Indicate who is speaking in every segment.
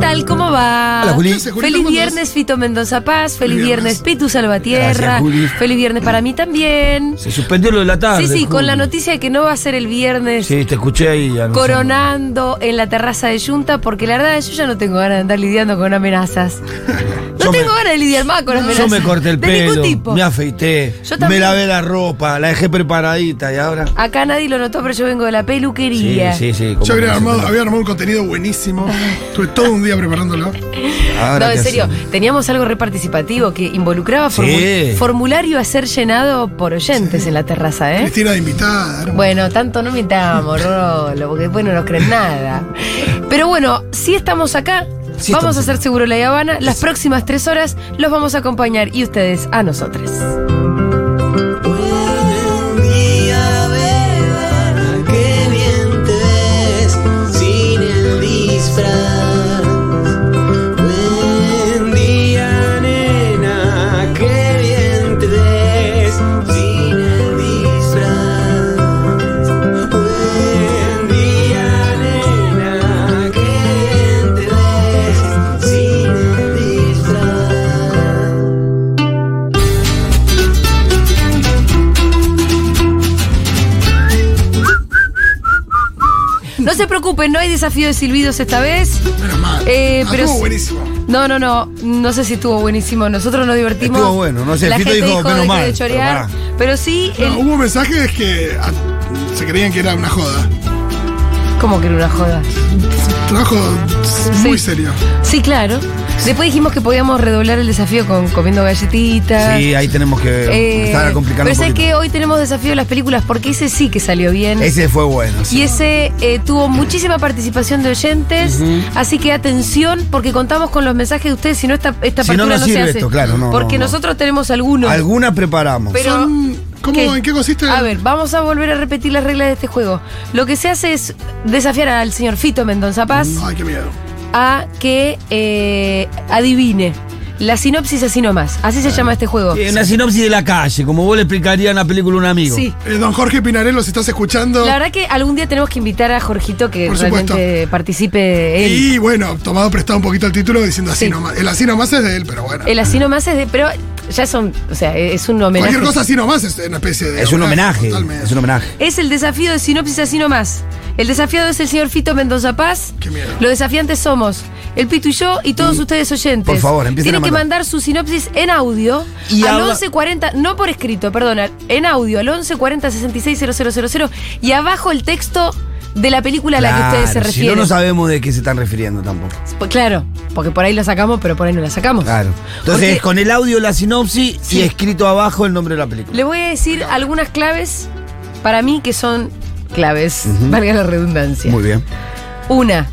Speaker 1: tal? ¿Cómo va?
Speaker 2: Hola, Juli.
Speaker 1: Feliz viernes, Fito Mendoza Paz. Feliz
Speaker 2: Feliz
Speaker 1: viernes,
Speaker 2: viernes.
Speaker 1: Pitu Salvatierra.
Speaker 2: Gracias, Juli.
Speaker 1: Feliz viernes para mí también.
Speaker 3: Se suspendió lo de la tarde.
Speaker 1: Sí, sí, con
Speaker 3: Juli.
Speaker 1: la noticia de que no va a ser el viernes
Speaker 3: Sí, te escuché ahí. anunciando.
Speaker 1: coronando en la terraza de Junta, porque la verdad yo ya no tengo ganas de andar lidiando con amenazas. No
Speaker 3: Yo me-
Speaker 1: tengo ganas de lidiar más con amenazas.
Speaker 3: Yo me corté el
Speaker 1: de
Speaker 3: pelo,
Speaker 1: ningún tipo.
Speaker 3: me afeité,
Speaker 1: Yo
Speaker 3: me
Speaker 1: también.
Speaker 3: lavé la ropa, la dejé preparadita y ahora.
Speaker 1: Acá nadie lo notó, pero yo vengo de la peluquería.
Speaker 3: Sí, sí, sí. como
Speaker 2: Yo
Speaker 3: que no
Speaker 2: había armado,
Speaker 3: se-
Speaker 2: había armado un contenido buenísimo. Estuve todo un día preparándolo.
Speaker 1: ¿Eh?
Speaker 3: Ahora
Speaker 1: no, en
Speaker 3: qué
Speaker 1: serio,
Speaker 3: hacemos.
Speaker 1: teníamos algo reparticipativo que involucraba formu-
Speaker 3: Sí.
Speaker 1: formulario a ser llenado por oyentes en la terraza, ¿eh?
Speaker 2: Cristina de invitada. hermoso.
Speaker 1: Bueno, tanto no mintamos, Rolo, porque después no nos creen nada. Pero bueno, si estamos acá,
Speaker 3: Sí
Speaker 1: vamos
Speaker 3: estamos
Speaker 1: a hacer seguro la Habana. Las próximas tres horas los vamos a acompañar y ustedes a nosotros.
Speaker 4: Buen día, Beba, qué bien te ves sin el disfraz. Buen día, nena, qué bien te ves sin el disfraz. Buen día, nena, qué bien te ves sin el disfraz.
Speaker 1: No se preocupen, no hay desafío de silbidos esta vez.
Speaker 2: Menos mal.
Speaker 1: Eh,
Speaker 2: Ah,
Speaker 1: pero
Speaker 2: estuvo
Speaker 1: s-
Speaker 2: buenísimo.
Speaker 1: No, no, no, no sé si estuvo buenísimo. Nosotros nos divertimos.
Speaker 3: Estuvo bueno, no sé,
Speaker 1: La
Speaker 3: Fito
Speaker 1: gente dijo,
Speaker 3: dijo, menos
Speaker 1: "Deje
Speaker 3: mal",
Speaker 1: de
Speaker 3: pero
Speaker 1: chorear,
Speaker 3: pará.
Speaker 1: pero, sí,
Speaker 2: No,
Speaker 1: el-
Speaker 2: hubo mensajes que ah, se creían que era una joda.
Speaker 1: ¿cómo que era una joda?
Speaker 2: Trabajo s- muy serio.
Speaker 1: Sí, claro. Después dijimos que podíamos redoblar el desafío con comiendo galletitas.
Speaker 3: Sí, ahí tenemos que
Speaker 1: Eh,
Speaker 3: estar complicando.
Speaker 1: pero
Speaker 3: un
Speaker 1: sé
Speaker 3: poquito.
Speaker 1: que hoy tenemos desafío de las películas porque ese sí que salió bien.
Speaker 3: Ese fue bueno. sí.
Speaker 1: Y ese eh, tuvo muchísima participación de oyentes, así que atención porque contamos con los mensajes de ustedes, si no esta, esta
Speaker 3: Si no,
Speaker 1: factura
Speaker 3: no sirve
Speaker 1: se hace.
Speaker 3: esto, claro, no,
Speaker 1: porque
Speaker 3: no, no.
Speaker 1: nosotros tenemos algunos.
Speaker 3: Alguna preparamos.
Speaker 1: Pero-
Speaker 2: Son- ¿cómo,
Speaker 1: ¿Qué?
Speaker 2: ¿En qué consiste?
Speaker 1: A ver, vamos a volver a repetir las reglas de este juego. Lo que se hace es desafiar al señor Fito Mendoza Paz
Speaker 2: Ay, qué miedo.
Speaker 1: a que eh, adivine la sinopsis así nomás. Así se llama este juego.
Speaker 3: Sí, una sinopsis de la calle, como vos le explicarías una película a un amigo.
Speaker 1: Sí.
Speaker 2: Eh, don Jorge Pinarello, si estás escuchando.
Speaker 1: La verdad que algún día tenemos que invitar a Jorgito que
Speaker 2: Por
Speaker 1: realmente
Speaker 2: supuesto.
Speaker 1: participe él.
Speaker 2: Y bueno, tomado prestado un poquito el título diciendo así
Speaker 1: Sí.
Speaker 2: nomás. El así nomás es de él, pero bueno.
Speaker 1: El así nomás es de. Pero ya son. O sea, es un homenaje.
Speaker 2: Cualquier cosa así nomás es una especie de.
Speaker 3: Es un homenaje.
Speaker 2: Totalmente.
Speaker 3: Es un homenaje.
Speaker 1: Es el desafío de sinopsis así nomás. El desafiado es el señor Fito Mendoza Paz.
Speaker 2: Qué miedo.
Speaker 1: Los desafiantes somos el Pitu y yo y todos ustedes oyentes.
Speaker 3: Mm. por favor, empiecen
Speaker 1: Tienen
Speaker 3: a
Speaker 1: que
Speaker 3: mandar.
Speaker 1: mandar su sinopsis en audio
Speaker 3: Y
Speaker 1: al
Speaker 3: habla-
Speaker 1: 1140, no por escrito, perdona, en audio al 1140 660000 y abajo el texto de la película a la que ustedes se
Speaker 3: Claro, Si no,
Speaker 1: refieren.
Speaker 3: no sabemos de qué se están refiriendo tampoco.
Speaker 1: Pues claro, porque por ahí la sacamos, pero por ahí no la sacamos.
Speaker 3: Claro. Entonces,
Speaker 1: Porque-
Speaker 3: con el audio, la sinopsis
Speaker 1: Sí.
Speaker 3: y escrito abajo el nombre de la película.
Speaker 1: Le voy a decir algunas claves para mí que son claves, valga la redundancia.
Speaker 3: Muy bien.
Speaker 1: Una,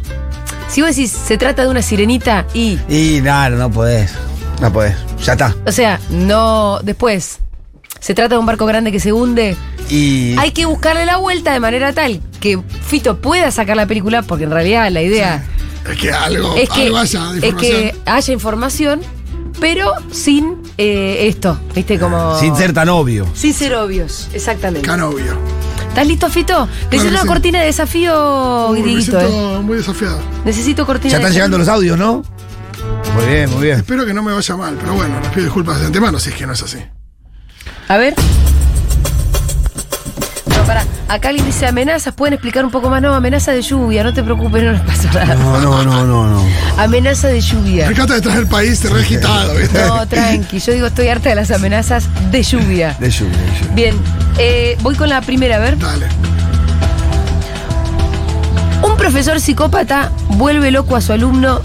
Speaker 1: si vos decís se trata de una sirenita y,
Speaker 3: Y claro, no podés. No podés. Ya está.
Speaker 1: o sea, no, después, se trata de un barco grande que se hunde,
Speaker 3: Y.
Speaker 1: hay que buscarle la vuelta de manera tal que Fito pueda sacar la película, porque en realidad la idea
Speaker 2: Es que algo,
Speaker 1: es, que,
Speaker 2: algo haya de
Speaker 1: es
Speaker 2: información.
Speaker 1: que haya información, pero sin eh, esto, ¿viste? Como...
Speaker 3: Sin ser tan obvio.
Speaker 1: Sin ser obvios, exactamente.
Speaker 2: Canovio.
Speaker 1: ¿Estás listo, Fito? Necesito
Speaker 2: que
Speaker 1: una
Speaker 2: sí.
Speaker 1: cortina de desafío,
Speaker 2: Uy, me
Speaker 1: Guidiguito, eh.
Speaker 2: siento muy desafiado.
Speaker 1: Necesito cortina
Speaker 3: Ya
Speaker 1: de
Speaker 3: están
Speaker 1: desafío.
Speaker 3: llegando los audios, ¿no? Muy bien, muy bien.
Speaker 2: Espero que no me vaya mal, pero bueno, les pido disculpas de antemano si es que no es así.
Speaker 1: A ver. No, pará. Acá alguien dice amenazas. ¿Pueden explicar un poco más? No, amenaza de lluvia. No te preocupes, no nos pasa nada.
Speaker 3: No, no, no, no, no.
Speaker 1: Amenaza de lluvia.
Speaker 2: Recata detrás del país, se re agitado, ¿viste?
Speaker 1: No, tranqui. Yo digo, estoy harta de las amenazas de lluvia.
Speaker 3: De lluvia, de lluvia.
Speaker 1: Bien. eh, voy con la primera, a ver.
Speaker 2: Dale.
Speaker 1: Un profesor psicópata vuelve loco a su alumno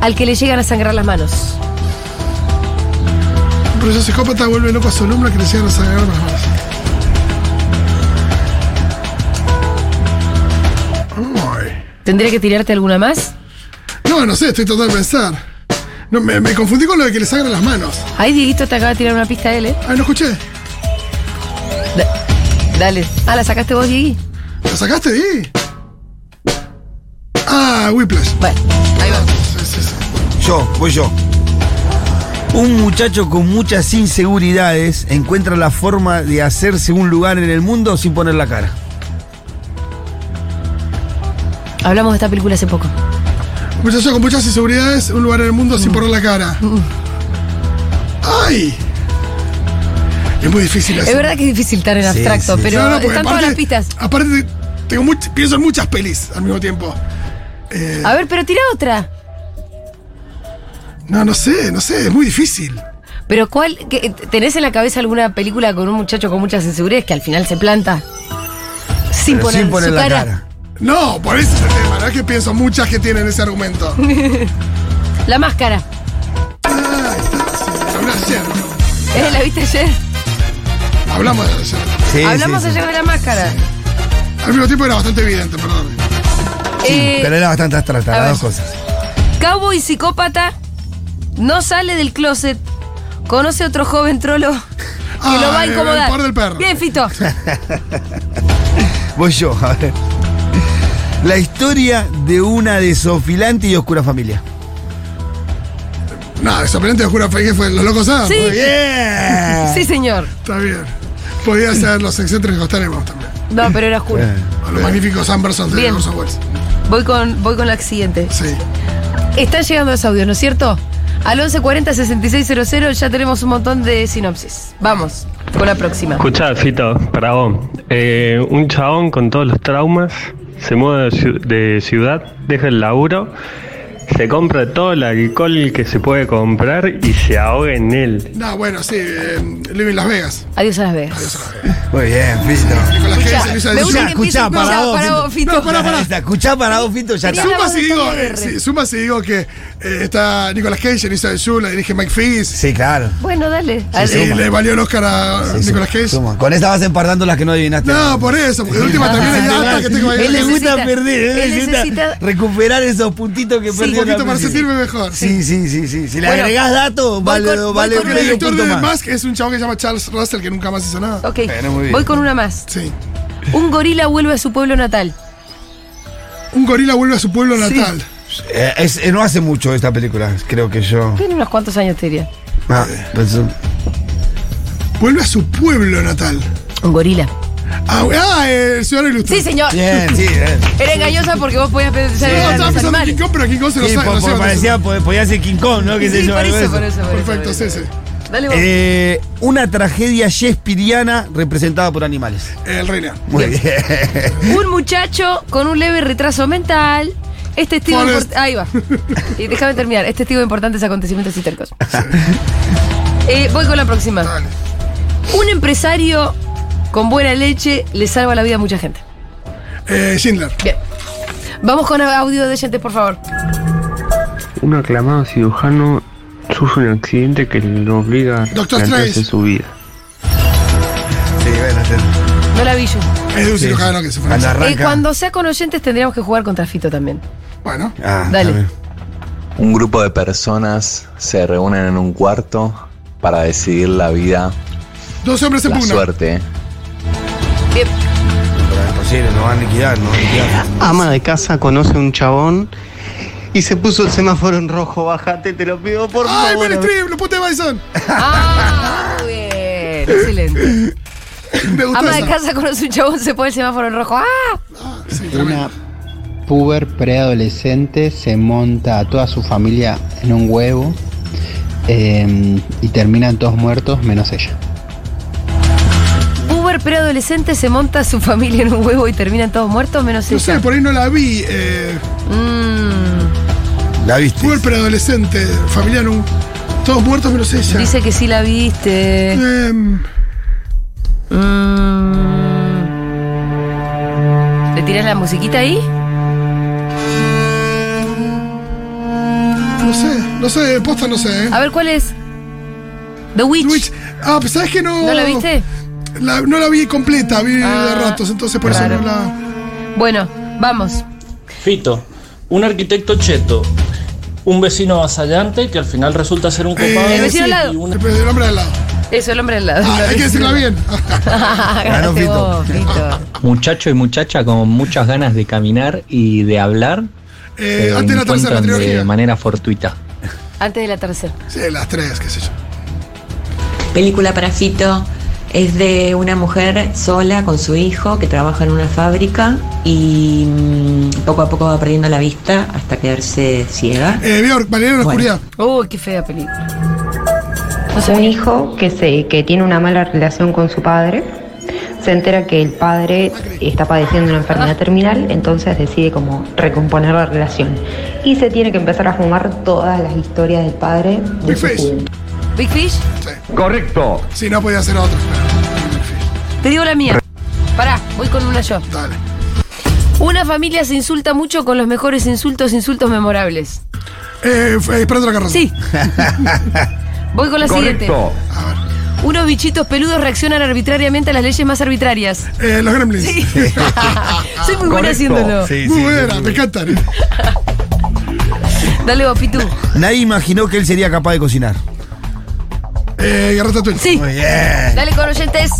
Speaker 1: al que le llegan a sangrar las manos.
Speaker 2: Un profesor psicópata vuelve loco a su alumno que le llegan a sangrar las manos. Ay.
Speaker 1: ¿Tendría que tirarte alguna más?
Speaker 2: No, no sé, estoy tratando de pensar. No, me, me confundí con lo de que le sangran las manos.
Speaker 1: Ahí Dieguito te acaba de tirar una pista a él, ¿eh?
Speaker 2: Ay, no escuché.
Speaker 1: Da- Dale. Ah, la sacaste vos, Diegui.
Speaker 2: ¿Lo sacaste Di? Ah, Whiplash.
Speaker 1: Bueno, ahí va.
Speaker 2: Sí, sí, sí.
Speaker 3: Yo, voy yo. Un muchacho con muchas inseguridades encuentra la forma de hacerse un lugar en el mundo sin poner la cara.
Speaker 1: Hablamos de esta película hace poco.
Speaker 2: Muchacho con muchas inseguridades, un lugar en el mundo sin poner la cara. ¡Ay! Es muy difícil así.
Speaker 1: Es verdad que es difícil estar en
Speaker 3: Sí,
Speaker 1: abstracto,
Speaker 3: sí.
Speaker 1: pero
Speaker 2: No, no, porque
Speaker 1: están todas
Speaker 2: aparte-
Speaker 1: las pistas.
Speaker 2: Aparte, tengo much- pienso en muchas pelis al mismo tiempo. Eh,
Speaker 1: A ver, pero tira otra.
Speaker 2: no, no sé, no sé, es muy difícil.
Speaker 1: Pero ¿cuál? qué- ¿Tenés en la cabeza alguna película con un muchacho con muchas inseguridades que al final se planta? Sin
Speaker 3: Pero
Speaker 1: poner,
Speaker 3: sin poner
Speaker 1: su
Speaker 3: la
Speaker 1: cara.
Speaker 3: cara.
Speaker 2: No, por eso es el tema, ¿no? Es que pienso muchas que tienen ese argumento.
Speaker 1: La máscara.
Speaker 2: Ah, está, sí, hablé ayer.
Speaker 1: ¿Eh? ¿La viste ayer?
Speaker 2: Hablamos de ayer.
Speaker 3: Sí,
Speaker 1: Hablamos
Speaker 3: sí, sí.
Speaker 1: ayer de la máscara.
Speaker 2: Al mismo tiempo era bastante evidente, perdón.
Speaker 1: Eh,
Speaker 3: Pero era bastante abstracta,
Speaker 1: a
Speaker 3: las
Speaker 1: ver.
Speaker 3: dos cosas.
Speaker 1: Cowboy psicópata no sale del closet. Conoce a otro joven trolo que
Speaker 2: Ah,
Speaker 1: lo va a
Speaker 2: el- el
Speaker 1: incomodar.
Speaker 2: par del perro.
Speaker 1: Bien, Fito.
Speaker 3: Voy yo, a ver. La historia de una desofilante y oscura familia.
Speaker 2: No, desaparente de Jura que fue Los Locos Adams.
Speaker 1: Sí.
Speaker 2: Muy bien,
Speaker 3: ¡Yeah!
Speaker 1: Sí, señor.
Speaker 2: Está bien. Podía ser Los Excéntricos Tenemos también.
Speaker 1: No, pero era oscuro.
Speaker 3: Eh,
Speaker 2: O Los Magníficos Amberson de
Speaker 1: Bien.
Speaker 2: Orson Welles.
Speaker 1: Voy con, voy con la siguiente.
Speaker 2: Sí.
Speaker 1: Están llegando los audios, ¿no es cierto? Al 1140-6600 ya tenemos un montón de sinopsis. Vamos con la próxima.
Speaker 5: Escucha, Fito, para vos. Eh, un chabón con todos los traumas se muda de ciu- de ciudad, deja el laburo, se compra todo el alcohol que se puede comprar y se ahoga en él.
Speaker 2: No, bueno, sí. eh, Living Las Vegas.
Speaker 1: Adiós a las Vegas.
Speaker 3: Muy bien, Fito.
Speaker 2: Con las
Speaker 1: Escuchá,
Speaker 2: que se
Speaker 1: me
Speaker 2: hizo
Speaker 1: gusta
Speaker 2: de
Speaker 1: que empiece
Speaker 3: Escuchá,
Speaker 1: con
Speaker 3: para
Speaker 1: ya,
Speaker 3: vos,
Speaker 1: para
Speaker 3: Fito.
Speaker 1: vos, Fito.
Speaker 2: No, para-
Speaker 3: Ya está, Escuchá para dos, Fito, ya
Speaker 1: Tenía-
Speaker 3: está.
Speaker 2: Suma
Speaker 1: Hablamos
Speaker 2: si,
Speaker 1: de
Speaker 2: digo,
Speaker 1: Tom
Speaker 2: eh,
Speaker 1: Berry.
Speaker 2: sí, suma si digo que eh, está Nicolas Cage, Elisa de Zul, la dirige Mike Fizz.
Speaker 3: Sí, claro.
Speaker 2: Ah,
Speaker 1: Bueno, dale.
Speaker 2: Y
Speaker 1: Al-
Speaker 3: suma.
Speaker 2: le valió el Oscar a
Speaker 3: Sí,
Speaker 2: Nicolas
Speaker 3: suma,
Speaker 2: Cage.
Speaker 3: suma. Con esta vas empardando las que no adivinaste.
Speaker 2: No, por eso, porque de última también hay hasta que tengo ahí.
Speaker 1: Él
Speaker 3: Él le
Speaker 2: Un
Speaker 3: gusta
Speaker 1: necesita-
Speaker 3: perder, él,
Speaker 1: él
Speaker 3: necesita,
Speaker 1: necesita-
Speaker 3: recuperar esos puntitos que
Speaker 1: Sí.
Speaker 3: perdió. al
Speaker 2: poquito para
Speaker 3: principio.
Speaker 2: sentirme mejor.
Speaker 3: Sí, sí, sí, sí. Si le
Speaker 1: Bueno,
Speaker 3: agregás datos, vale,
Speaker 1: con- voy
Speaker 3: vale
Speaker 1: con
Speaker 2: Porque
Speaker 1: Medio
Speaker 2: el
Speaker 3: medio
Speaker 2: director de
Speaker 3: punto
Speaker 2: The
Speaker 3: más.
Speaker 2: Mask es un chavo que se llama Charles Russell que nunca más hizo nada.
Speaker 1: ok,
Speaker 3: Bueno, muy bien.
Speaker 1: voy con una más.
Speaker 2: Sí.
Speaker 1: Un gorila vuelve a su pueblo natal.
Speaker 2: Un gorila vuelve a su pueblo natal.
Speaker 3: Eh, es- eh, no hace mucho esta película, creo que yo.
Speaker 1: Tiene unos cuantos años, te diría.
Speaker 3: Ah, pensó-
Speaker 2: Vuelve a su pueblo natal.
Speaker 1: Un gorila.
Speaker 2: Ah, ah, eh, el ciudadano ilustre.
Speaker 1: Sí, señor.
Speaker 3: Bien, sí, eh. bien.
Speaker 1: Era engañosa porque vos podías pensar
Speaker 2: No,
Speaker 1: en
Speaker 2: estaba
Speaker 1: los
Speaker 2: pensando en
Speaker 1: animales.
Speaker 2: King Kong, pero King Kong se lo
Speaker 3: Sí,
Speaker 2: sabe.
Speaker 3: po-
Speaker 2: lo
Speaker 3: po-
Speaker 2: sabe, lo
Speaker 3: parecía, po- podía ser King Kong, ¿no? ¿Qué sé
Speaker 1: Sí,
Speaker 3: yo?
Speaker 1: por
Speaker 3: algo de
Speaker 1: eso,
Speaker 3: eso.
Speaker 1: por eso,
Speaker 2: sabe.
Speaker 1: por eso.
Speaker 2: Perfecto, sí, sí.
Speaker 1: Dale vos.
Speaker 3: Eh, una tragedia shakespeariana representada por animales.
Speaker 2: El Rey León.
Speaker 3: Muy bien.
Speaker 1: Un muchacho con un leve retraso mental. Es testigo
Speaker 2: Forrest.
Speaker 1: import- Ahí va. Y déjame terminar. Es testigo de importantes acontecimientos históricos. Eh, voy con la próxima.
Speaker 2: Dale.
Speaker 1: Un empresario con buena leche le salva la vida a mucha gente.
Speaker 2: Eh, Schindler.
Speaker 1: Bien. Vamos con audio de gente, por favor.
Speaker 6: Un aclamado cirujano sufre un accidente que lo obliga a
Speaker 2: Doctor
Speaker 6: replantearse
Speaker 2: Strange.
Speaker 6: su vida.
Speaker 3: Sí, bueno, te-
Speaker 1: No la vi yo.
Speaker 2: Es de un
Speaker 3: sí.
Speaker 2: cirujano que se fue.
Speaker 3: Cuando
Speaker 1: Eh,
Speaker 3: arranca.
Speaker 1: cuando sea con oyentes tendríamos que jugar contra Fito también.
Speaker 2: Bueno.
Speaker 3: Ah,
Speaker 1: Dale.
Speaker 3: está bien.
Speaker 7: Un grupo de personas se reúnen en un cuarto para decidir la vida,
Speaker 2: Dos hombres en
Speaker 7: la
Speaker 2: pugna.
Speaker 7: suerte.
Speaker 1: Bien.
Speaker 3: Pero imposible, nos van a liquidar, nos van a liquidar.
Speaker 8: Ama de casa conoce a un chabón y se puso el semáforo en rojo. Bájate, te lo pido por
Speaker 2: ¡Ay,
Speaker 8: favor.
Speaker 2: Meryl Streep! ¡Lo puta de Bison!
Speaker 1: Ah, muy bien. Excelente.
Speaker 2: Me gustó
Speaker 1: Ama de
Speaker 2: esa.
Speaker 1: casa conoce un chabón, se pone el semáforo en rojo. ¡Ah!
Speaker 2: Ah, sí, tremendo.
Speaker 9: Una puber preadolescente se monta a toda su familia en un huevo eh, y terminan todos muertos menos ella.
Speaker 1: Uber preadolescente se monta a su familia en un huevo y terminan todos muertos menos
Speaker 2: No
Speaker 1: ella.
Speaker 2: sé, por ahí no la vi. Eh,
Speaker 1: Mm,
Speaker 3: La viste.
Speaker 2: fue el preadolescente, familiar, un- todos muertos menos ella.
Speaker 1: dice que sí la viste.
Speaker 2: Em,
Speaker 1: Mm. ¿Le tiras la musiquita ahí?
Speaker 2: no sé, no sé, posta no sé. eh.
Speaker 1: A ver, ¿cuál es? The Witch.
Speaker 2: Twitch. Ah, pues sabes que no.
Speaker 1: ¿No la viste?
Speaker 2: la- no la vi completa, vi de
Speaker 1: Ah,
Speaker 2: ratos, entonces por
Speaker 1: claro.
Speaker 2: eso no la.
Speaker 1: Bueno, vamos.
Speaker 10: Fito, un arquitecto cheto, un vecino avasallante que al final resulta ser un copado.
Speaker 2: Eh,
Speaker 1: El vecino
Speaker 2: sí,
Speaker 1: al lado.
Speaker 10: una-
Speaker 2: El, pre- el hombre al lado.
Speaker 1: Eso, el hombre al lado.
Speaker 2: Ah, hay que decirla bien.
Speaker 1: Ganaste
Speaker 3: Ganó Fito.
Speaker 1: vos, Fito.
Speaker 11: Muchacho y muchacha con muchas ganas de caminar y de hablar,
Speaker 2: Eh,
Speaker 11: se
Speaker 2: antes de la tercera
Speaker 11: encuentran de
Speaker 2: trilogía.
Speaker 11: manera fortuita.
Speaker 1: Antes de la tercera.
Speaker 2: Sí, las tres, qué sé yo.
Speaker 12: Película para Fito,
Speaker 13: Es de una mujer sola con su hijo que trabaja en una fábrica y mm, poco a poco va perdiendo la vista hasta quedarse ciega.
Speaker 2: Eh, Bjork, Valeriano en la oscuridad.
Speaker 1: Uy, qué fea película.
Speaker 14: Un hijo que, se, que tiene una mala relación con su padre se entera que el padre está padeciendo una enfermedad terminal, entonces decide como recomponer la relación. Y se tiene que empezar a fumar todas las historias del padre. de
Speaker 2: Big
Speaker 14: su
Speaker 2: Fish.
Speaker 14: juventud.
Speaker 1: Big Fish,
Speaker 2: Correcto. Sí, no podía ser otro.
Speaker 1: te digo la mía. Pará, voy con una yo. Una familia se insulta mucho con los mejores insultos, insultos memorables.
Speaker 2: Eh, f- eh, Esperanza Carrasco.
Speaker 1: Sí. Voy con la siguiente. Unos bichitos peludos reaccionan arbitrariamente a las leyes más arbitrarias.
Speaker 2: Eh, los gremlins.
Speaker 1: Sí. Soy muy buena
Speaker 3: Correcto.
Speaker 1: haciéndolo.
Speaker 3: Sí,
Speaker 2: Muy
Speaker 3: sí,
Speaker 2: buena,
Speaker 3: sí,
Speaker 2: me encantan. ¿eh?
Speaker 1: Dale vos, Pitu.
Speaker 3: Nadie imaginó que él sería capaz de cocinar.
Speaker 2: Eh, Garrota Twin.
Speaker 1: Sí.
Speaker 3: Muy bien.
Speaker 1: Dale con oyentes.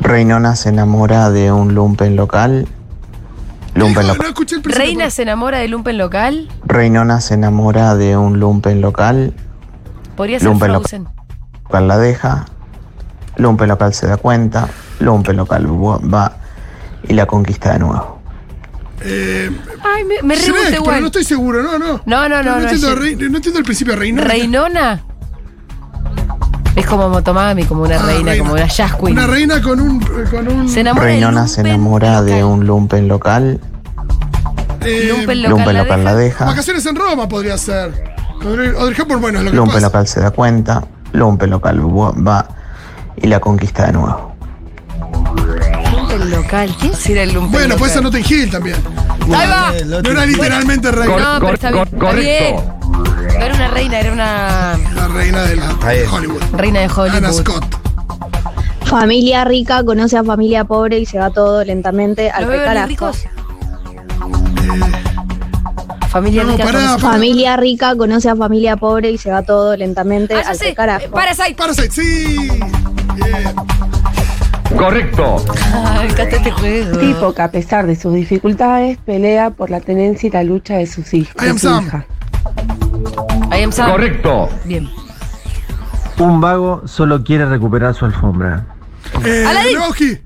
Speaker 6: Reinona se enamora de un lumpen local. Lumpen local.
Speaker 1: Reina se enamora del lumpen local.
Speaker 6: Reinona se enamora de un lumpen local.
Speaker 1: Podría ser
Speaker 6: Lumpen
Speaker 1: Frozen.
Speaker 6: Local la deja. Lumpen local se da cuenta. Lumpen local va y la conquista de nuevo.
Speaker 1: Ay, me, me re
Speaker 2: eh, Shrek,
Speaker 1: gusta
Speaker 2: pero
Speaker 1: igual.
Speaker 2: no estoy seguro, no, no.
Speaker 1: No, no, no, no,
Speaker 2: entiendo,
Speaker 1: es
Speaker 2: rei- no entiendo el principio de Reinona.
Speaker 1: Reinona. Es como Motomami, como una
Speaker 2: Ah,
Speaker 1: reina,
Speaker 2: reina.
Speaker 1: como una jazz queen.
Speaker 2: Una reina con un. Con un
Speaker 1: Se enamora del
Speaker 6: Reinona se enamora de un lumpen local.
Speaker 2: eh,
Speaker 1: Lumpen
Speaker 6: Lumpen local la deja.
Speaker 2: Vacaciones en Roma podría ser. Audrey Audrey Hepburn, bueno, es lo que
Speaker 6: Lumpen
Speaker 2: pasa.
Speaker 6: local se da cuenta. Lumpen local va y la conquista de nuevo.
Speaker 1: lumpen local. ¿Quién será el lumpen
Speaker 2: Bueno,
Speaker 1: local?
Speaker 2: pues esa no te Hill también.
Speaker 1: Ahí va.
Speaker 2: No era literalmente reina.
Speaker 1: No, pero está bien. está bien. No era una reina, era una
Speaker 2: La reina de la Hollywood.
Speaker 1: reina de Hollywood.
Speaker 2: Anna Scott.
Speaker 15: Familia rica conoce a familia pobre y se va todo lentamente al
Speaker 1: ¿Lo veo
Speaker 15: carajo.
Speaker 1: los ricos?
Speaker 2: Eh.
Speaker 1: Familia rica. conoce-
Speaker 15: Familia rica conoce a familia pobre y se va todo lentamente
Speaker 1: Ah, ya
Speaker 15: al
Speaker 1: sé.
Speaker 15: carajo.
Speaker 1: Parasite.
Speaker 2: Parasite, sí.
Speaker 16: Correcto.
Speaker 1: Ay, encanta este juego.
Speaker 16: Tipo que a pesar de sus dificultades pelea por la tenencia y la lucha de sus hijos.
Speaker 1: I am Sam. I am Sam.
Speaker 16: Correcto.
Speaker 1: Bien.
Speaker 17: Un vago solo quiere recuperar su alfombra.
Speaker 2: Eh,
Speaker 1: Aladdin.
Speaker 2: Lebowski.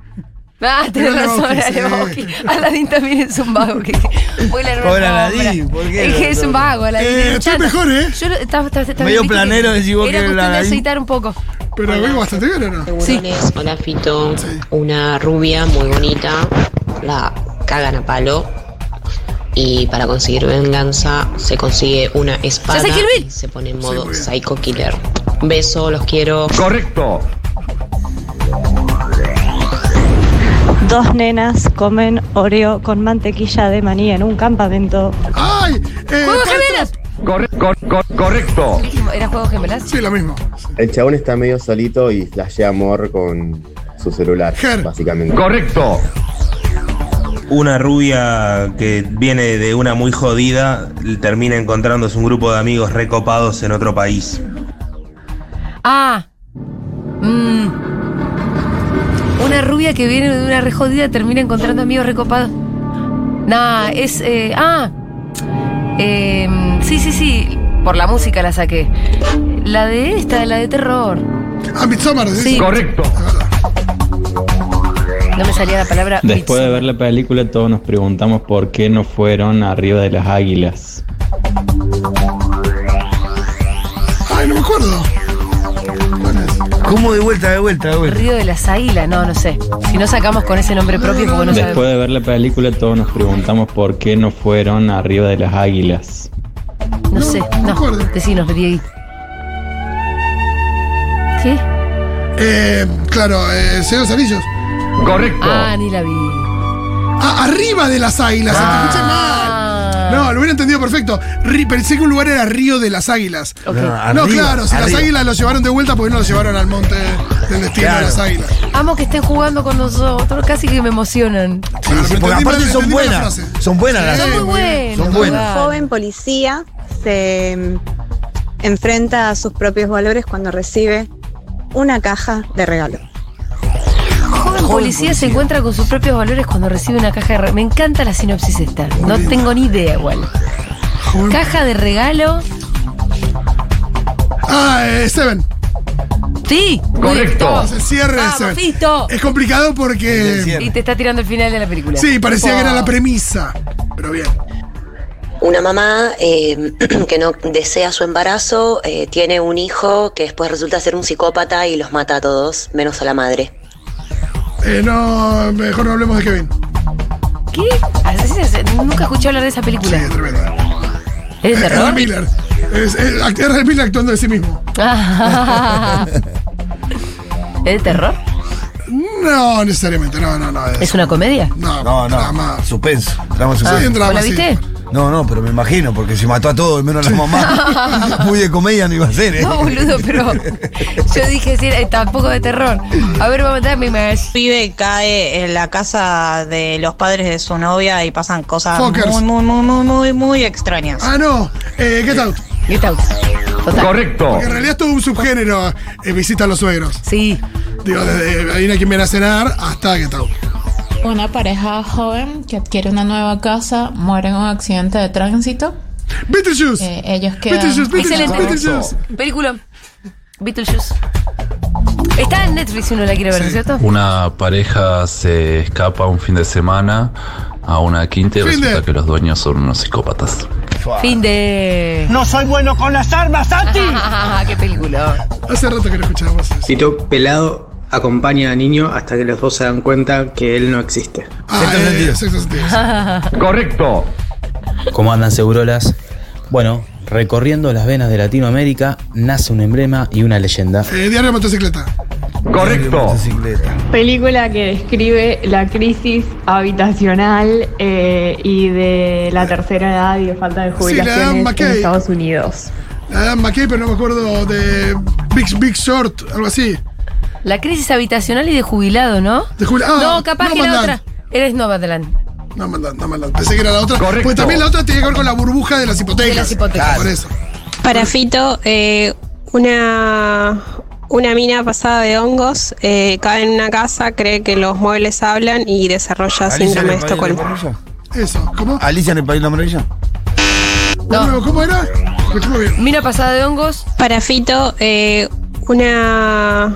Speaker 1: Ah, tenés
Speaker 2: Era
Speaker 1: razón,
Speaker 2: Lebowski,
Speaker 1: era
Speaker 2: sí.
Speaker 1: Lebowski. Aladdin también es un vago. Que, que vuela en una
Speaker 3: Pobre
Speaker 1: alfombra.
Speaker 3: Aladdin, ¿por qué?
Speaker 1: Es que es un vago, Aladdin.
Speaker 3: Eh,
Speaker 1: Me
Speaker 3: estoy
Speaker 1: encanta.
Speaker 3: mejor, ¿eh?
Speaker 1: Yo lo- estaba- estaba- estaba-
Speaker 3: Medio
Speaker 1: viste
Speaker 3: planero decís vos que Eh,
Speaker 1: Era
Speaker 3: era
Speaker 1: cuestión de
Speaker 3: Aladdin.
Speaker 1: aceitar un poco.
Speaker 2: Pero veo bastante bien, ¿o no?
Speaker 4: Tiburones, Hola Fito, una rubia muy bonita, la cagan a palo y para conseguir venganza se consigue una espada
Speaker 1: sé Kill
Speaker 4: y se pone en modo psycho killer. Un beso, los quiero.
Speaker 17: Correcto.
Speaker 18: Dos nenas comen Oreo con mantequilla de maní en un campamento.
Speaker 2: ¡Ay! Eh,
Speaker 1: ¡Juego
Speaker 2: Fight
Speaker 1: gemelas!
Speaker 17: correcto.
Speaker 1: ¿Era juego gemelas?
Speaker 2: Sí, lo mismo.
Speaker 19: El chabón está medio solito y flashea amor con su celular, básicamente.
Speaker 17: Correcto.
Speaker 20: Una rubia que viene de una muy jodida termina encontrándose un grupo de amigos recopados en otro país.
Speaker 1: Ah. Mm. Una rubia que viene de una re jodida termina encontrando amigos recopados. Nah, es. eh, ah. Eh, sí, sí, sí. Por la música la saqué. La de esta, la de terror.
Speaker 2: Ah, Midsommar, ¿sí?
Speaker 1: Sí.
Speaker 17: Correcto.
Speaker 1: No me salía la palabra.
Speaker 7: Después de ver la película todos nos preguntamos por qué no fueron arriba de las águilas.
Speaker 2: Ay, no me acuerdo.
Speaker 3: ¿Cómo de vuelta, de vuelta, de vuelta?
Speaker 1: Río de las Águilas, no, no sé. Si no sacamos con ese nombre propio, porque no sabemos.
Speaker 7: Después de ver la película todos nos preguntamos por qué no fueron arriba de las águilas.
Speaker 1: No sé, no. Decinos, Diego. ¿Qué?
Speaker 2: Eh, claro, eh, Señor de los Anillos.
Speaker 17: Correcto.
Speaker 1: Ah, ni la vi.
Speaker 2: Ah, arriba de las águilas, se te escucha
Speaker 1: Ah.
Speaker 2: mal. Ah, No, lo hubiera entendido perfecto. Ri- pensé que un lugar era Río de las Águilas.
Speaker 3: No,
Speaker 2: no,
Speaker 3: arriba,
Speaker 2: claro, si las
Speaker 3: arriba.
Speaker 2: águilas lo llevaron de vuelta, porque no lo llevaron al monte del destino de
Speaker 3: Claro.
Speaker 2: las águilas.
Speaker 1: Amo que estén jugando con nosotros, casi que me emocionan.
Speaker 3: Sí, sí, porque
Speaker 2: entendí
Speaker 3: aparte
Speaker 2: mal,
Speaker 3: son
Speaker 2: entendí mal la
Speaker 3: buenas.
Speaker 2: frase.
Speaker 3: Son buenas las
Speaker 1: Son muy
Speaker 3: dos.
Speaker 1: buenas.
Speaker 3: Son buenas.
Speaker 1: Claro.
Speaker 21: Un joven policía se mm, enfrenta a sus propios valores cuando recibe una caja de regalo.
Speaker 1: Joven policía se encuentra con sus propios valores cuando recibe una caja de regalo. Me encanta la sinopsis esta. No tengo ni idea igual. Caja de regalo.
Speaker 2: Ah, eh, Seven.
Speaker 1: Sí.
Speaker 2: Correcto. Es el cierre
Speaker 1: Vamos,
Speaker 2: ese.
Speaker 1: Fito.
Speaker 2: Es complicado porque.
Speaker 1: Y te está tirando el final de la película.
Speaker 2: Sí, parecía que era la
Speaker 1: Tipo,
Speaker 2: premisa. Pero bien.
Speaker 4: Una mamá eh, que no desea su embarazo eh, tiene un hijo que después resulta ser un psicópata y los mata a todos, menos a la madre.
Speaker 2: Eh, no, mejor no hablemos de Kevin.
Speaker 1: ¿Qué? Así se- Nunca escuché hablar de esa película.
Speaker 2: Sí, es tremenda.
Speaker 1: ¿Es de
Speaker 2: Ezra
Speaker 1: terror?
Speaker 2: Miller. Es, es- act- Ezra Miller actuando de sí mismo.
Speaker 1: ¿Es de terror?
Speaker 2: No, necesariamente. No, no, no.
Speaker 1: ¿Es una Ah, comedia?
Speaker 2: No,
Speaker 3: No, no.
Speaker 2: drama.
Speaker 3: Suspenso. Drama suspenso.
Speaker 2: Sí, en drama, ¿Vos la sí. viste?
Speaker 3: No, no, pero me imagino, porque si mató a todos, menos a la mamá. Muy de comedia no iba a ser, ¿eh?
Speaker 1: No, boludo, pero yo dije, sí, eh, tampoco de terror. A ver, vamos a darme más.
Speaker 5: Pibe cae en la casa de los padres de su novia y pasan cosas
Speaker 2: Fuckers.
Speaker 1: Ah,
Speaker 5: muy, muy, muy, muy, muy, muy extrañas.
Speaker 2: Ah, no. Eh, Get Out.
Speaker 1: Get Out.
Speaker 2: Correcto. en realidad es todo un subgénero. eh, visita a los suegros.
Speaker 1: Sí.
Speaker 2: Digo, desde Hay una quien viene a cenar hasta Get Out.
Speaker 22: Una pareja joven que adquiere una nueva casa muere en un accidente de tránsito.
Speaker 2: Beetlejuice.
Speaker 22: Eh, ellos quedan.
Speaker 2: Beetlejuice, Beetlejuice, Beetlejuice.
Speaker 1: Película. Beetlejuice. Está en Netflix si uno la quiere ver, ¿no es ¿cierto?
Speaker 23: Una pareja se escapa un fin de semana a una quinta y
Speaker 1: Fin de-
Speaker 23: resulta que los dueños son unos psicópatas.
Speaker 1: Fin de. No soy bueno con las armas, Santi. Ah, Qué película.
Speaker 2: Hace rato que no escuchábamos eso.
Speaker 24: Tito Pelado acompaña al niño hasta que los dos se dan cuenta que él no existe.
Speaker 2: Ah, eh, sexto sentido.
Speaker 24: Correcto.
Speaker 25: ¿Cómo andan segurolas? Bueno, recorriendo las venas de Latinoamérica, nace un emblema y una leyenda.
Speaker 2: Eh, diario de motocicleta.
Speaker 25: Correcto.
Speaker 26: Película que describe la crisis habitacional eh, y de la tercera edad y de falta de
Speaker 2: Sí, la
Speaker 26: jubilaciones
Speaker 2: Dan
Speaker 26: en
Speaker 2: McKay.
Speaker 26: Estados Unidos.
Speaker 2: La Dan McKay, pero no me acuerdo de Big, Big Short, algo así.
Speaker 1: La crisis habitacional y de jubilado, ¿no?
Speaker 2: De jubilado. Ah,
Speaker 1: No, capaz que
Speaker 2: Nomadland.
Speaker 1: era otra. Eres Nomadland.
Speaker 2: No me no me Pensé que era la otra. Pues también la otra tiene que ver con la burbuja de las hipotecas. De las hipotecas. Por eso.
Speaker 27: Para Fito, eh, una, una mina pasada de hongos eh, cae en una casa, cree que los muebles hablan y desarrolla
Speaker 4: Ah,
Speaker 27: síndrome de Estocolmo.
Speaker 2: Eso, ¿cómo?
Speaker 3: ¿Alicia en el País de la Maravilla?
Speaker 2: No. ¿Cómo era?
Speaker 1: Mina pasada de hongos.
Speaker 27: Para Fito, eh, una,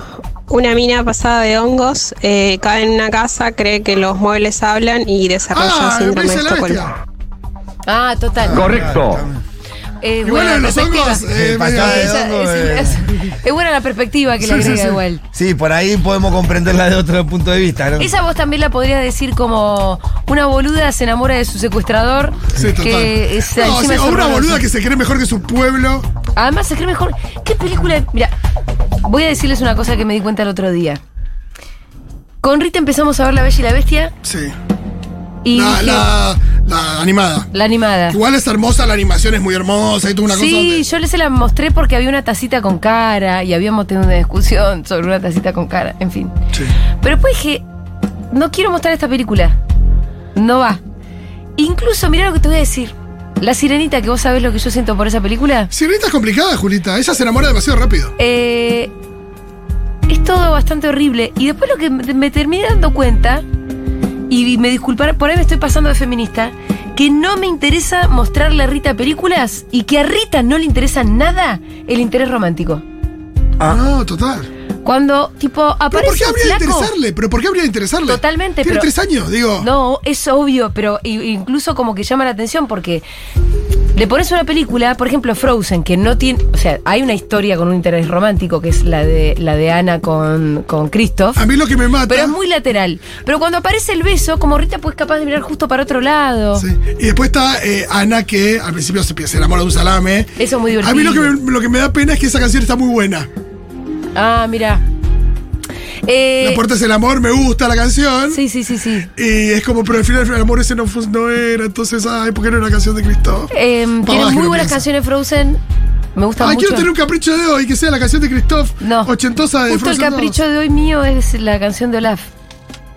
Speaker 27: una mina pasada de hongos eh, cae en una casa, cree que los muebles hablan y desarrolla
Speaker 2: Ah,
Speaker 27: síndrome de
Speaker 2: Bella y la
Speaker 27: Estocolmo.
Speaker 2: Bestia.
Speaker 1: Ah, total.
Speaker 3: Ah,
Speaker 1: Eh,
Speaker 2: Igual
Speaker 1: buena
Speaker 2: en los
Speaker 1: perspectiva.
Speaker 2: hongos, eh,
Speaker 1: Sí,
Speaker 2: medio-
Speaker 1: esa-
Speaker 3: de hongos,
Speaker 1: es- es- es buena la perspectiva que le
Speaker 3: Sí, sí,
Speaker 1: agrega
Speaker 3: sí.
Speaker 1: igual.
Speaker 3: Sí, por ahí podemos comprenderla de otro punto de vista, ¿no?
Speaker 1: Esa voz también la podrías decir como una boluda se enamora de su secuestrador.
Speaker 2: Sí, total.
Speaker 1: Que es,
Speaker 2: No,
Speaker 1: encima
Speaker 2: sí,
Speaker 1: es
Speaker 2: o una
Speaker 1: horroroso.
Speaker 2: boluda que se cree mejor que su pueblo.
Speaker 1: Además, se cree mejor. ¿Qué película? Mira, voy a decirles una cosa que me di cuenta el otro día. Con Rita empezamos a ver La Bella y la Bestia
Speaker 2: Sí.
Speaker 1: y
Speaker 2: La,
Speaker 1: dije,
Speaker 2: la- la animada.
Speaker 1: la animada.
Speaker 2: Igual es hermosa, la animación es muy hermosa y tuvo una cosa.
Speaker 1: Sí, yo les se la mostré porque había una tacita con cara y habíamos tenido una discusión sobre una tacita con cara, en fin. Pero después dije, no quiero mostrar esta película. No va. Incluso, mirá lo que te voy a decir. La sirenita, que vos sabés lo que yo siento por esa película.
Speaker 2: Sirenita es complicada, Julita. Ella se enamora demasiado rápido.
Speaker 1: Eh, es todo bastante horrible. Y después lo que me me terminé dando cuenta, y me disculpar, por ahí me estoy pasando de feminista, que no me interesa mostrarle a Rita películas y que a Rita no le interesa nada el interés romántico.
Speaker 2: Ah. No, total.
Speaker 1: Cuando, tipo,
Speaker 2: ¿Pero por
Speaker 1: aparece
Speaker 2: qué
Speaker 1: un
Speaker 2: habría de
Speaker 1: flaco.
Speaker 2: interesarle? ¿Pero por qué habría de interesarle?
Speaker 1: Totalmente,
Speaker 2: Tiene
Speaker 1: pero-
Speaker 2: tres años, digo.
Speaker 1: No, es obvio, pero i- incluso como que llama la atención porque le pones una película, por ejemplo, Frozen, que no tiene. O sea, hay una historia con un interés romántico, que es la de, la de Ana con, con Christoph.
Speaker 2: A mí lo que me mata.
Speaker 1: Pero es muy lateral. Pero cuando aparece el beso, como Rita, pues capaz de mirar justo para otro lado.
Speaker 2: Y después está eh, Ana, que al principio se, se enamora de un salame.
Speaker 1: Eso es muy
Speaker 2: A
Speaker 1: divertido.
Speaker 2: mí lo que, me, lo que me da pena es que esa canción está muy buena.
Speaker 1: Ah, mira. Eh,
Speaker 2: La puerta es el amor, me gusta la canción.
Speaker 1: Sí, sí, sí, sí.
Speaker 2: Y es como, pero al final el amor ese no, fu- no era, entonces, ay, ¿por qué no era una canción de Cristóbal?
Speaker 1: eh, tiene
Speaker 2: Pavadas que
Speaker 1: muy
Speaker 2: no
Speaker 1: buenas
Speaker 2: pienso.
Speaker 1: canciones Frozen. Me gusta
Speaker 2: Ay,
Speaker 1: mucho.
Speaker 2: quiero tener un capricho de hoy, que sea la canción de Christoph. Ochentosa de
Speaker 1: Justo el
Speaker 2: Frozen
Speaker 1: capricho de hoy mío es la canción de Olaf.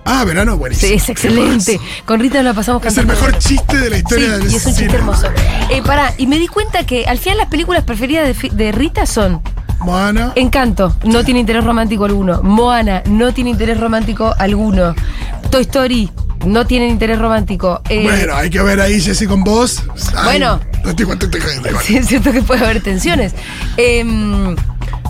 Speaker 2: 2. Ah, verano, buenísimo.
Speaker 1: Sí, es excelente. Con Rita la pasamos
Speaker 2: Es el
Speaker 1: cantando.
Speaker 2: mejor chiste de la
Speaker 1: Sí,
Speaker 2: historia del
Speaker 1: y es un chiste
Speaker 2: cine.
Speaker 1: hermoso. Eh, pará, y me di cuenta que al final las películas preferidas de, fi- de Rita son
Speaker 2: Moana.
Speaker 1: Encanto, no tiene interés romántico alguno. Moana, no tiene interés romántico alguno. Toy Story, no tiene interés romántico. Eh,
Speaker 2: Bueno, hay que ver ahí, Jessy, con vos. Ay,
Speaker 1: Bueno.
Speaker 2: no te- te- te- te- te-
Speaker 1: Sí, es cierto que puede haber tensiones. Em,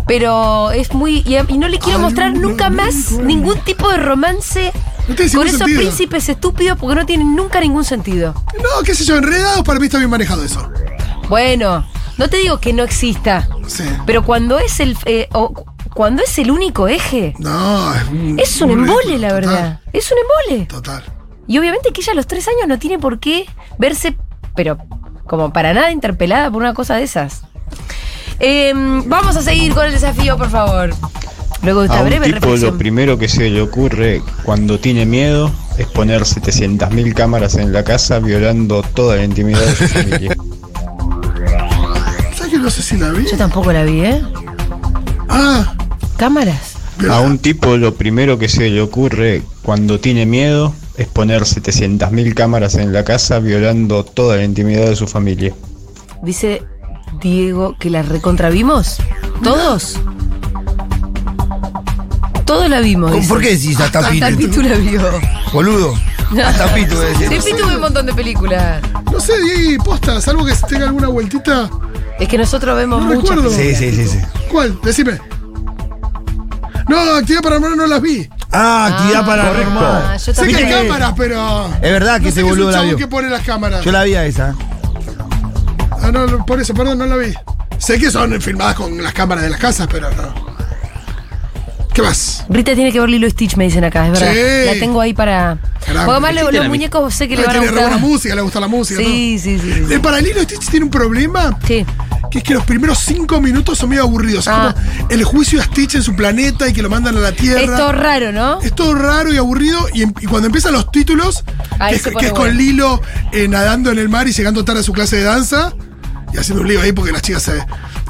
Speaker 1: Pero es muy. Y, y no le quiero mostrar nunca más ningún tipo de romance
Speaker 2: tiene
Speaker 1: con
Speaker 2: ningún
Speaker 1: esos
Speaker 2: sentido.
Speaker 1: príncipes estúpidos porque no tienen nunca ningún sentido.
Speaker 2: No, qué sé yo, enredados para mí está bien manejado eso.
Speaker 1: Bueno, no te digo que no exista. Pero cuando es el. eh, o cu- cuando es el único eje.
Speaker 2: No, es un.
Speaker 1: Es un embole, la
Speaker 2: total.
Speaker 1: verdad. Es un embole.
Speaker 2: Total.
Speaker 1: Y obviamente que ella a los tres años no tiene por qué verse, pero como para nada interpelada por una cosa de esas. Em, vamos a seguir con el desafío, por favor. Luego de esta
Speaker 6: A un
Speaker 1: breve
Speaker 6: tipo
Speaker 1: reflexión.
Speaker 6: lo primero que se le ocurre cuando tiene miedo es poner 700.000 cámaras en la casa violando toda la intimidad de su familia.
Speaker 2: ¿Sabes que no sé si la vi?
Speaker 1: Yo tampoco la vi, ¿eh?
Speaker 2: Ah.
Speaker 1: Cámaras.
Speaker 6: A un tipo lo primero que se le ocurre cuando tiene miedo es poner 700.000 cámaras en la casa violando toda la intimidad de su familia.
Speaker 1: Dice Diego que la recontravimos. ¿Todos? Todos la vimos.
Speaker 3: ¿Con-
Speaker 1: dice.
Speaker 3: por qué decís hasta Pitu?
Speaker 1: Hasta Pitu la vio.
Speaker 3: Boludo. Hasta Pitu, voy a decir.
Speaker 1: Sí, Pitu ve un montón de películas.
Speaker 2: No sé, Diego, posta, salvo que tenga alguna vueltita.
Speaker 1: Es que nosotros vemos
Speaker 2: no
Speaker 1: muchas
Speaker 2: Recuerdo.
Speaker 3: Sí, sí, sí, sí.
Speaker 2: ¿Cuál? Decime. No, actividad paranormal no las vi.
Speaker 3: Ah, actividad
Speaker 2: Ah,
Speaker 3: paranormal.
Speaker 2: correcto. Sé que
Speaker 3: Viste
Speaker 2: hay cámaras, pero-
Speaker 3: Es verdad que
Speaker 2: No sé
Speaker 3: ese
Speaker 2: qué es un
Speaker 3: boludo la
Speaker 2: chabón
Speaker 3: vio.
Speaker 2: que pone las cámaras.
Speaker 3: Yo la vi a esa.
Speaker 2: Ah, no, no, por eso, perdón, no la vi. Sé que son filmadas con las cámaras de las casas, pero no. ¿Qué más?
Speaker 1: Rita tiene que ver Lilo y Stitch, me dicen acá, es verdad.
Speaker 2: Sí.
Speaker 1: La tengo ahí para.
Speaker 2: Caramba.
Speaker 1: Porque además los,
Speaker 2: Dijiste la mi-
Speaker 1: muñecos sé que
Speaker 2: No,
Speaker 1: le van a
Speaker 2: tiene re
Speaker 1: gustar.
Speaker 2: buena música, le gusta la música.
Speaker 1: Sí, sí, sí, sí, sí.
Speaker 2: El para Lilo y Stitch tiene un problema. Que es que los primeros cinco minutos son medio aburridos. Es
Speaker 1: Ah.
Speaker 2: como el juicio de Stitch en su planeta y que lo mandan a la Tierra.
Speaker 1: Es todo raro, ¿no?
Speaker 2: Es todo raro y aburrido. Y, em- y cuando empiezan los títulos,
Speaker 1: Ahí
Speaker 2: que, es,
Speaker 1: se
Speaker 2: que
Speaker 1: pone
Speaker 2: es con
Speaker 1: bueno.
Speaker 2: Lilo eh, nadando en el mar y llegando tarde a su clase de danza. Y haciendo un lío ahí porque las chicas se.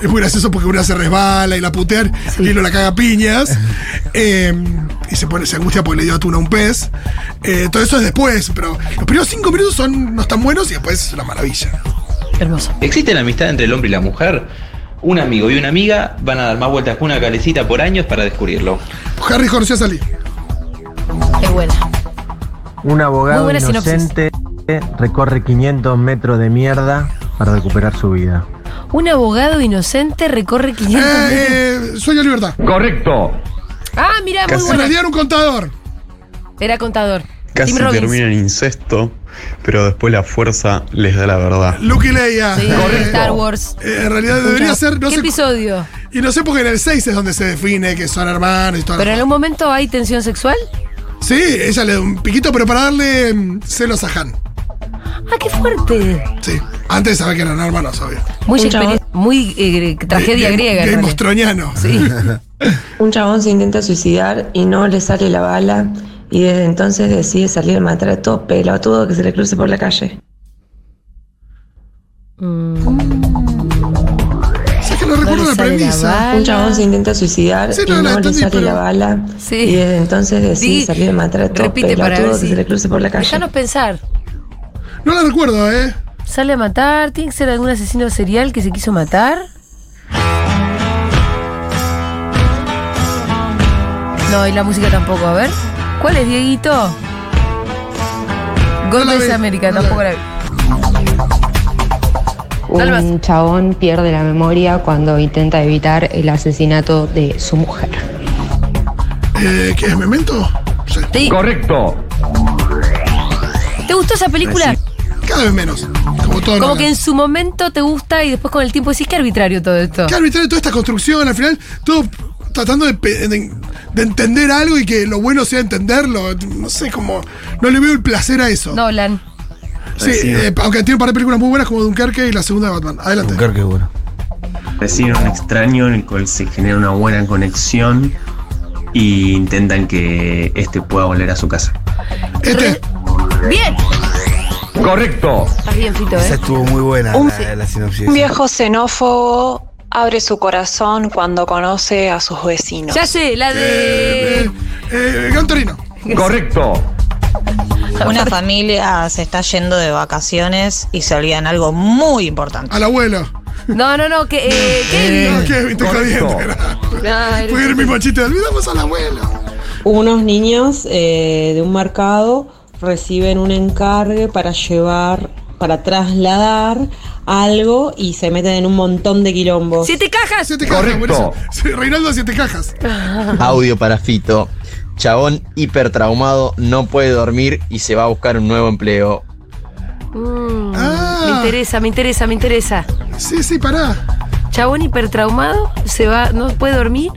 Speaker 2: Es muy gracioso porque una se resbala y la putean. Lilo la caga a piñas. eh, y se pone, se angustia porque le dio atún a un pez. Eh, todo eso es después, pero los primeros cinco minutos son, no están buenos y después es una maravilla.
Speaker 1: Hermoso.
Speaker 7: ¿Existe la amistad entre el hombre y la mujer? Un amigo y una amiga van a dar más vueltas que una calecita por años para descubrirlo.
Speaker 2: Harry conoció a Sally.
Speaker 1: Es buena.
Speaker 28: Un abogado
Speaker 1: Muy buena
Speaker 28: inocente recorre 500 metros de mierda para recuperar su vida.
Speaker 1: Un abogado inocente recorre 500 metros.
Speaker 2: Eh, sueño de libertad.
Speaker 28: Correcto.
Speaker 1: Ah, mira, muy
Speaker 2: Se
Speaker 1: buena.
Speaker 2: la dieron un contador.
Speaker 1: Era contador.
Speaker 8: Casi
Speaker 1: Tim Robbins.
Speaker 8: termina en incesto, pero después la fuerza les da la verdad.
Speaker 2: Luke y Leia.
Speaker 1: Sí,
Speaker 2: Eh,
Speaker 1: Star Wars.
Speaker 2: eh, en realidad debería ser, no
Speaker 1: ¿Qué
Speaker 2: sé-
Speaker 1: episodio?
Speaker 2: Y no sé porque en el 6 es donde se define que son hermanos y todo.
Speaker 1: ¿Pero en algún momento hay tensión sexual?
Speaker 2: Sí, ella le da un piquito, pero para darle mm, celos a Han.
Speaker 1: ¡Ah, qué fuerte!
Speaker 2: Sí, antes de saber que eran hermanos, obvio.
Speaker 1: Muy, shakespeari- muy eh, gre- tragedia
Speaker 2: Game-
Speaker 1: griega. en
Speaker 2: Game
Speaker 1: realidad.
Speaker 2: of Troñano.
Speaker 1: Sí.
Speaker 9: Un chabón se intenta suicidar y no le sale la bala y desde entonces decide salir a matar a todo pelotudo que se le cruce por la calle.
Speaker 2: que no recuerdo la premisa.
Speaker 9: Un chabón se intenta suicidar
Speaker 2: Sí,
Speaker 9: y
Speaker 2: no,
Speaker 9: no
Speaker 2: la
Speaker 9: le
Speaker 2: entendí,
Speaker 9: sale
Speaker 2: pero-
Speaker 9: la bala
Speaker 1: Sí.
Speaker 9: y desde entonces decide
Speaker 1: Di-
Speaker 9: salir a matar a todo
Speaker 1: Repite para
Speaker 9: pelotudo
Speaker 1: ver
Speaker 9: que
Speaker 1: si.
Speaker 9: se le cruce por la calle.
Speaker 1: Déjanos pensar.
Speaker 2: No la recuerdo, ¿eh?
Speaker 1: Sale a matar, tiene que ser algún asesino serial que se quiso matar. No, y la música tampoco, a ver. ¿Cuál es, Dieguito? Gol de América, tampoco la vi.
Speaker 10: Un chabón pierde la memoria cuando intenta evitar el asesinato de su mujer.
Speaker 2: Eh, ¿Qué es Memento?
Speaker 1: Sí.
Speaker 2: Correcto.
Speaker 1: ¿Te gustó esa película?
Speaker 2: Cada vez menos. Como todo.
Speaker 1: Como
Speaker 2: Nolan.
Speaker 1: que en su momento te gusta y después con el tiempo decís que arbitrario todo esto.
Speaker 2: Qué arbitrario toda esta construcción, al final, todo tratando de, pe- de- de entender algo y que lo bueno sea entenderlo. No sé, como. No le veo el placer a eso.
Speaker 1: Nolan.
Speaker 2: Sí, eh, aunque tiene un par de películas muy buenas como Dunkerque y la segunda de Batman. Adelante.
Speaker 3: Dunkerque, bueno.
Speaker 12: reciben un extraño en el cual se genera una buena conexión y intentan que este pueda volver a su casa.
Speaker 2: Este.
Speaker 1: Bien.
Speaker 12: Correcto.
Speaker 1: Estás bien, Fito,
Speaker 3: Esa
Speaker 1: ¿eh?
Speaker 3: estuvo muy buena
Speaker 9: Un-
Speaker 3: la, la sinopsis.
Speaker 9: Un viejo xenófobo abre su corazón cuando conoce a sus vecinos.
Speaker 1: Ya sé, la de.
Speaker 2: Eh, Gantorino.
Speaker 12: Correcto.
Speaker 5: Una familia se está yendo de vacaciones y se olvidan algo muy importante.
Speaker 2: Al abuelo.
Speaker 1: No, no, no, que. Eh, Kevin.
Speaker 2: No, Kevin, te jodiendo.
Speaker 1: Ay,
Speaker 2: Fue el mismo chiste. Olvidamos al abuelo.
Speaker 29: Unos niños eh, de un mercado reciben un encargue para llevar, para trasladar algo y se meten en un montón de quilombos.
Speaker 1: ¡Siete cajas!
Speaker 2: Siete cajas,
Speaker 11: Correcto.
Speaker 2: buenísimo. Sí, Reinaldo, siete cajas.
Speaker 11: Audio para Fito. Chabón hipertraumado, no puede dormir y se va a buscar un nuevo empleo.
Speaker 1: Mm,
Speaker 2: Ah.
Speaker 1: Me interesa, me interesa, me interesa.
Speaker 2: Sí, sí, pará.
Speaker 1: Chabón hipertraumado, se va, no puede dormir.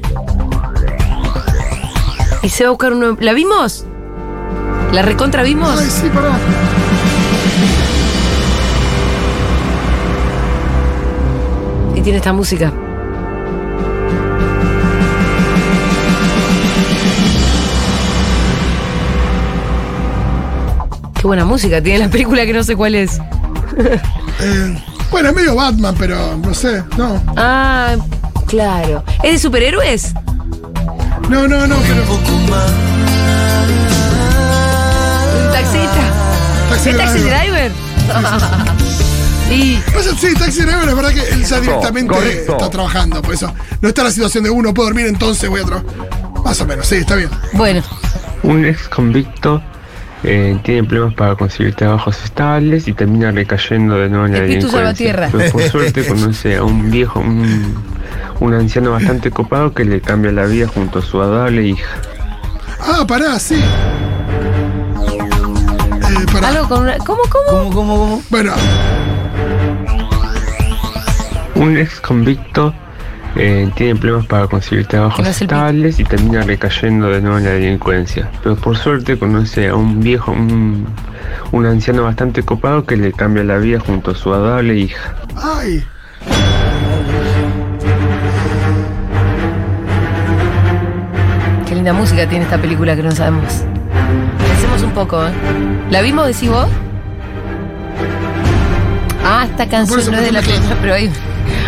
Speaker 1: Y se va a buscar uno. ¿La vimos? ¿La recontra vimos?
Speaker 2: Ay, sí, pará.
Speaker 1: Y tiene esta música. Qué buena música tiene la película que no sé cuál es.
Speaker 2: Eh, bueno, es medio Batman, pero no sé, no.
Speaker 1: Ah, claro. ¿Es de superhéroes?
Speaker 2: No, no, no, pero.
Speaker 1: ¿Un taxista?
Speaker 2: Taxi
Speaker 1: ¿Es taxi driver? y.
Speaker 2: Pasa- Pues, Sí, Taxi Driver, es verdad que él ya directamente
Speaker 11: correcto.
Speaker 2: está trabajando, por eso. No está la situación de uno, puedo dormir, entonces voy a trabajar. Más o menos, sí, está bien.
Speaker 1: Bueno.
Speaker 17: Un ex convicto eh, tiene problemas para conseguir trabajos estables y termina recayendo de nuevo en la
Speaker 1: Espíritu
Speaker 17: delincuencia.
Speaker 1: salvatierra.
Speaker 17: Pero por suerte conoce a un viejo, un, un anciano bastante copado que le cambia la vida junto a su adorable hija.
Speaker 2: Ah, pará, sí. Eh, pará.
Speaker 1: Algo con una. ¿Cómo, cómo?
Speaker 2: ¿Cómo, cómo, cómo? Bueno,
Speaker 17: Un ex convicto eh, tiene problemas para conseguir trabajos
Speaker 1: no es el pito.
Speaker 17: estables y termina recayendo de nuevo en la delincuencia. Pero por suerte conoce a un viejo, un, un anciano bastante copado que le cambia la vida junto a su adorable hija.
Speaker 2: ay.
Speaker 1: Qué linda música tiene esta película que no sabemos. Pensemos un poco, ¿eh? ¿La vimos, decís vos? Ah, esta
Speaker 2: Por
Speaker 1: canción
Speaker 2: eso
Speaker 1: no es
Speaker 2: me
Speaker 1: de la
Speaker 2: estoy
Speaker 1: película, pero ahí.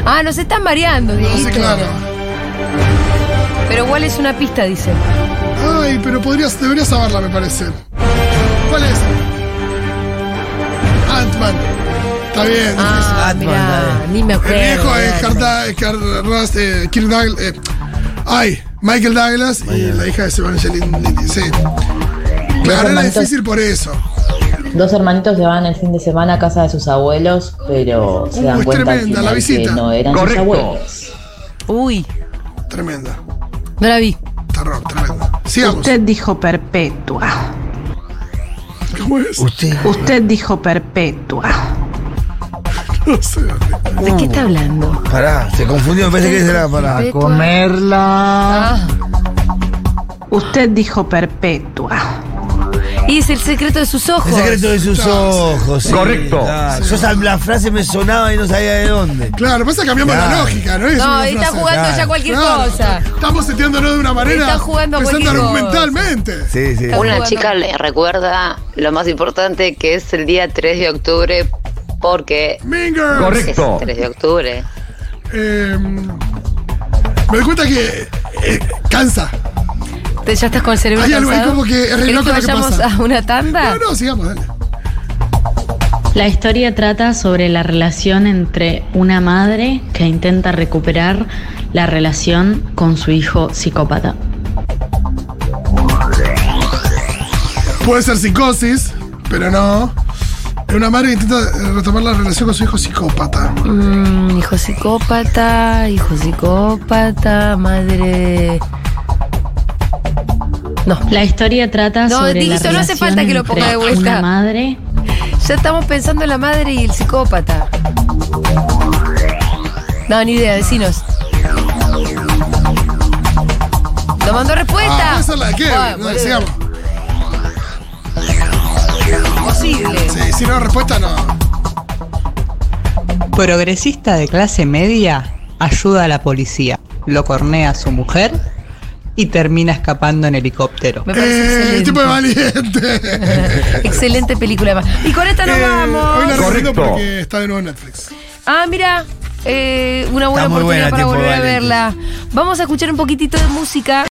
Speaker 1: Ah, nos están mareando,
Speaker 2: No
Speaker 1: Dieguito.
Speaker 2: sé, claro.
Speaker 1: Pero igual es una pista, dice.
Speaker 2: Ay, pero podrías, deberías saberla, me parece. ¿Cuál es? Ant-Man. Está bien.
Speaker 1: Ah,
Speaker 3: Batman,
Speaker 1: mirá,
Speaker 3: dale.
Speaker 1: ni me
Speaker 2: eh. El
Speaker 1: acuerdo.
Speaker 2: viejo es
Speaker 1: Batman.
Speaker 2: Carta, es Car- Ras- eh, Kirk Douglas. eh, ay, Michael Douglas y la hija de Evangeline Lilly, Sí. Claro, era
Speaker 29: hermanitos.
Speaker 2: difícil por eso.
Speaker 29: Dos hermanitos se van el fin de semana a casa de sus abuelos, pero se
Speaker 2: Uh,
Speaker 29: dan
Speaker 2: es
Speaker 29: cuenta al
Speaker 2: tremenda la
Speaker 29: final que
Speaker 2: visita.
Speaker 29: no eran
Speaker 17: Correcto.
Speaker 29: sus abuelos.
Speaker 1: Uy,
Speaker 2: Tremenda.
Speaker 1: no la vi.
Speaker 2: Terror, tremenda. Sigamos.
Speaker 30: Usted dijo perpetua.
Speaker 2: ¿Cómo es?
Speaker 3: Usted.
Speaker 30: Usted dijo perpetua.
Speaker 2: No sé.
Speaker 1: ¿De qué está hablando?
Speaker 3: Pará, se confundió, me parece que era para
Speaker 1: Perpetua.
Speaker 3: comerla.
Speaker 1: Ah,
Speaker 30: Usted dijo perpetua.
Speaker 1: y es el secreto de sus ojos.
Speaker 3: El secreto de sus ojos. sí,
Speaker 17: Correcto.
Speaker 3: claro. Yo esa- la frase me sonaba y no sabía de dónde.
Speaker 2: Claro, pasa que cambiamos la
Speaker 3: Claro.
Speaker 2: lógica, ¿no? Es
Speaker 1: No,
Speaker 2: una
Speaker 1: ahí está
Speaker 2: frase.
Speaker 1: jugando ya cualquier
Speaker 2: Claro,
Speaker 1: cosa.
Speaker 2: Estamos seteándonos de una manera.
Speaker 1: Está jugando a
Speaker 2: pensando
Speaker 1: cualquier cosa.
Speaker 2: argumentalmente.
Speaker 3: Sí, sí.
Speaker 1: Una
Speaker 4: Una
Speaker 1: jugando. chica
Speaker 4: chica le recuerda lo más importante que es el día 3 de octubre porque
Speaker 2: Minger.
Speaker 18: Ah,
Speaker 17: Correcto.
Speaker 4: 3 de octubre.
Speaker 2: Eh, me doy cuenta que eh, cansa.
Speaker 1: Te- ya estás con el cerebro
Speaker 2: Hay algo ahí
Speaker 1: cansado.
Speaker 2: como que es re
Speaker 1: ¿Querés
Speaker 2: loco
Speaker 1: que
Speaker 2: lo que
Speaker 1: vayamos
Speaker 2: pasa.
Speaker 1: a una tanda?
Speaker 2: No, no, sigamos, dale.
Speaker 18: La historia trata sobre la relación entre una madre que intenta recuperar la relación con su hijo psicópata.
Speaker 2: Puede ser psicosis, pero no. Una madre que intenta eh, retomar la relación con su hijo psicópata.
Speaker 1: Mm, hijo psicópata, hijo psicópata, madre. No,
Speaker 18: La historia trata
Speaker 1: No,
Speaker 18: sobre la
Speaker 1: Dieguito,
Speaker 18: relación
Speaker 1: no hace falta que lo ponga
Speaker 18: entre
Speaker 1: de vuelta.
Speaker 18: una madre
Speaker 1: ya estamos pensando en la madre y el psicópata. No, ni idea, vecinos. ¡Nos mandó
Speaker 2: Ah,
Speaker 1: respuesta!
Speaker 2: puede ser la de Kevin.
Speaker 1: Ah,
Speaker 2: Dale,
Speaker 1: boludo,
Speaker 2: sigamos.
Speaker 1: Imposible.
Speaker 2: Sí, si no, respuesta no.
Speaker 18: Progresista de clase media ayuda a la policía, lo cornea a su mujer y termina escapando en helicóptero.
Speaker 1: Me parece
Speaker 2: Eh,
Speaker 1: excelente.
Speaker 2: tipo de valiente.
Speaker 1: Excelente película. Y con esta nos
Speaker 2: Eh, Hoy la
Speaker 1: vamos.
Speaker 2: recomiendo
Speaker 17: Correcto.
Speaker 2: porque está de nuevo en Netflix.
Speaker 1: Ah, mira. eh, una buena
Speaker 3: Está muy
Speaker 1: oportunidad
Speaker 3: buena,
Speaker 1: para
Speaker 3: tipo
Speaker 1: volver a
Speaker 3: Valiente.
Speaker 1: verla. Vamos a escuchar un poquitito de música.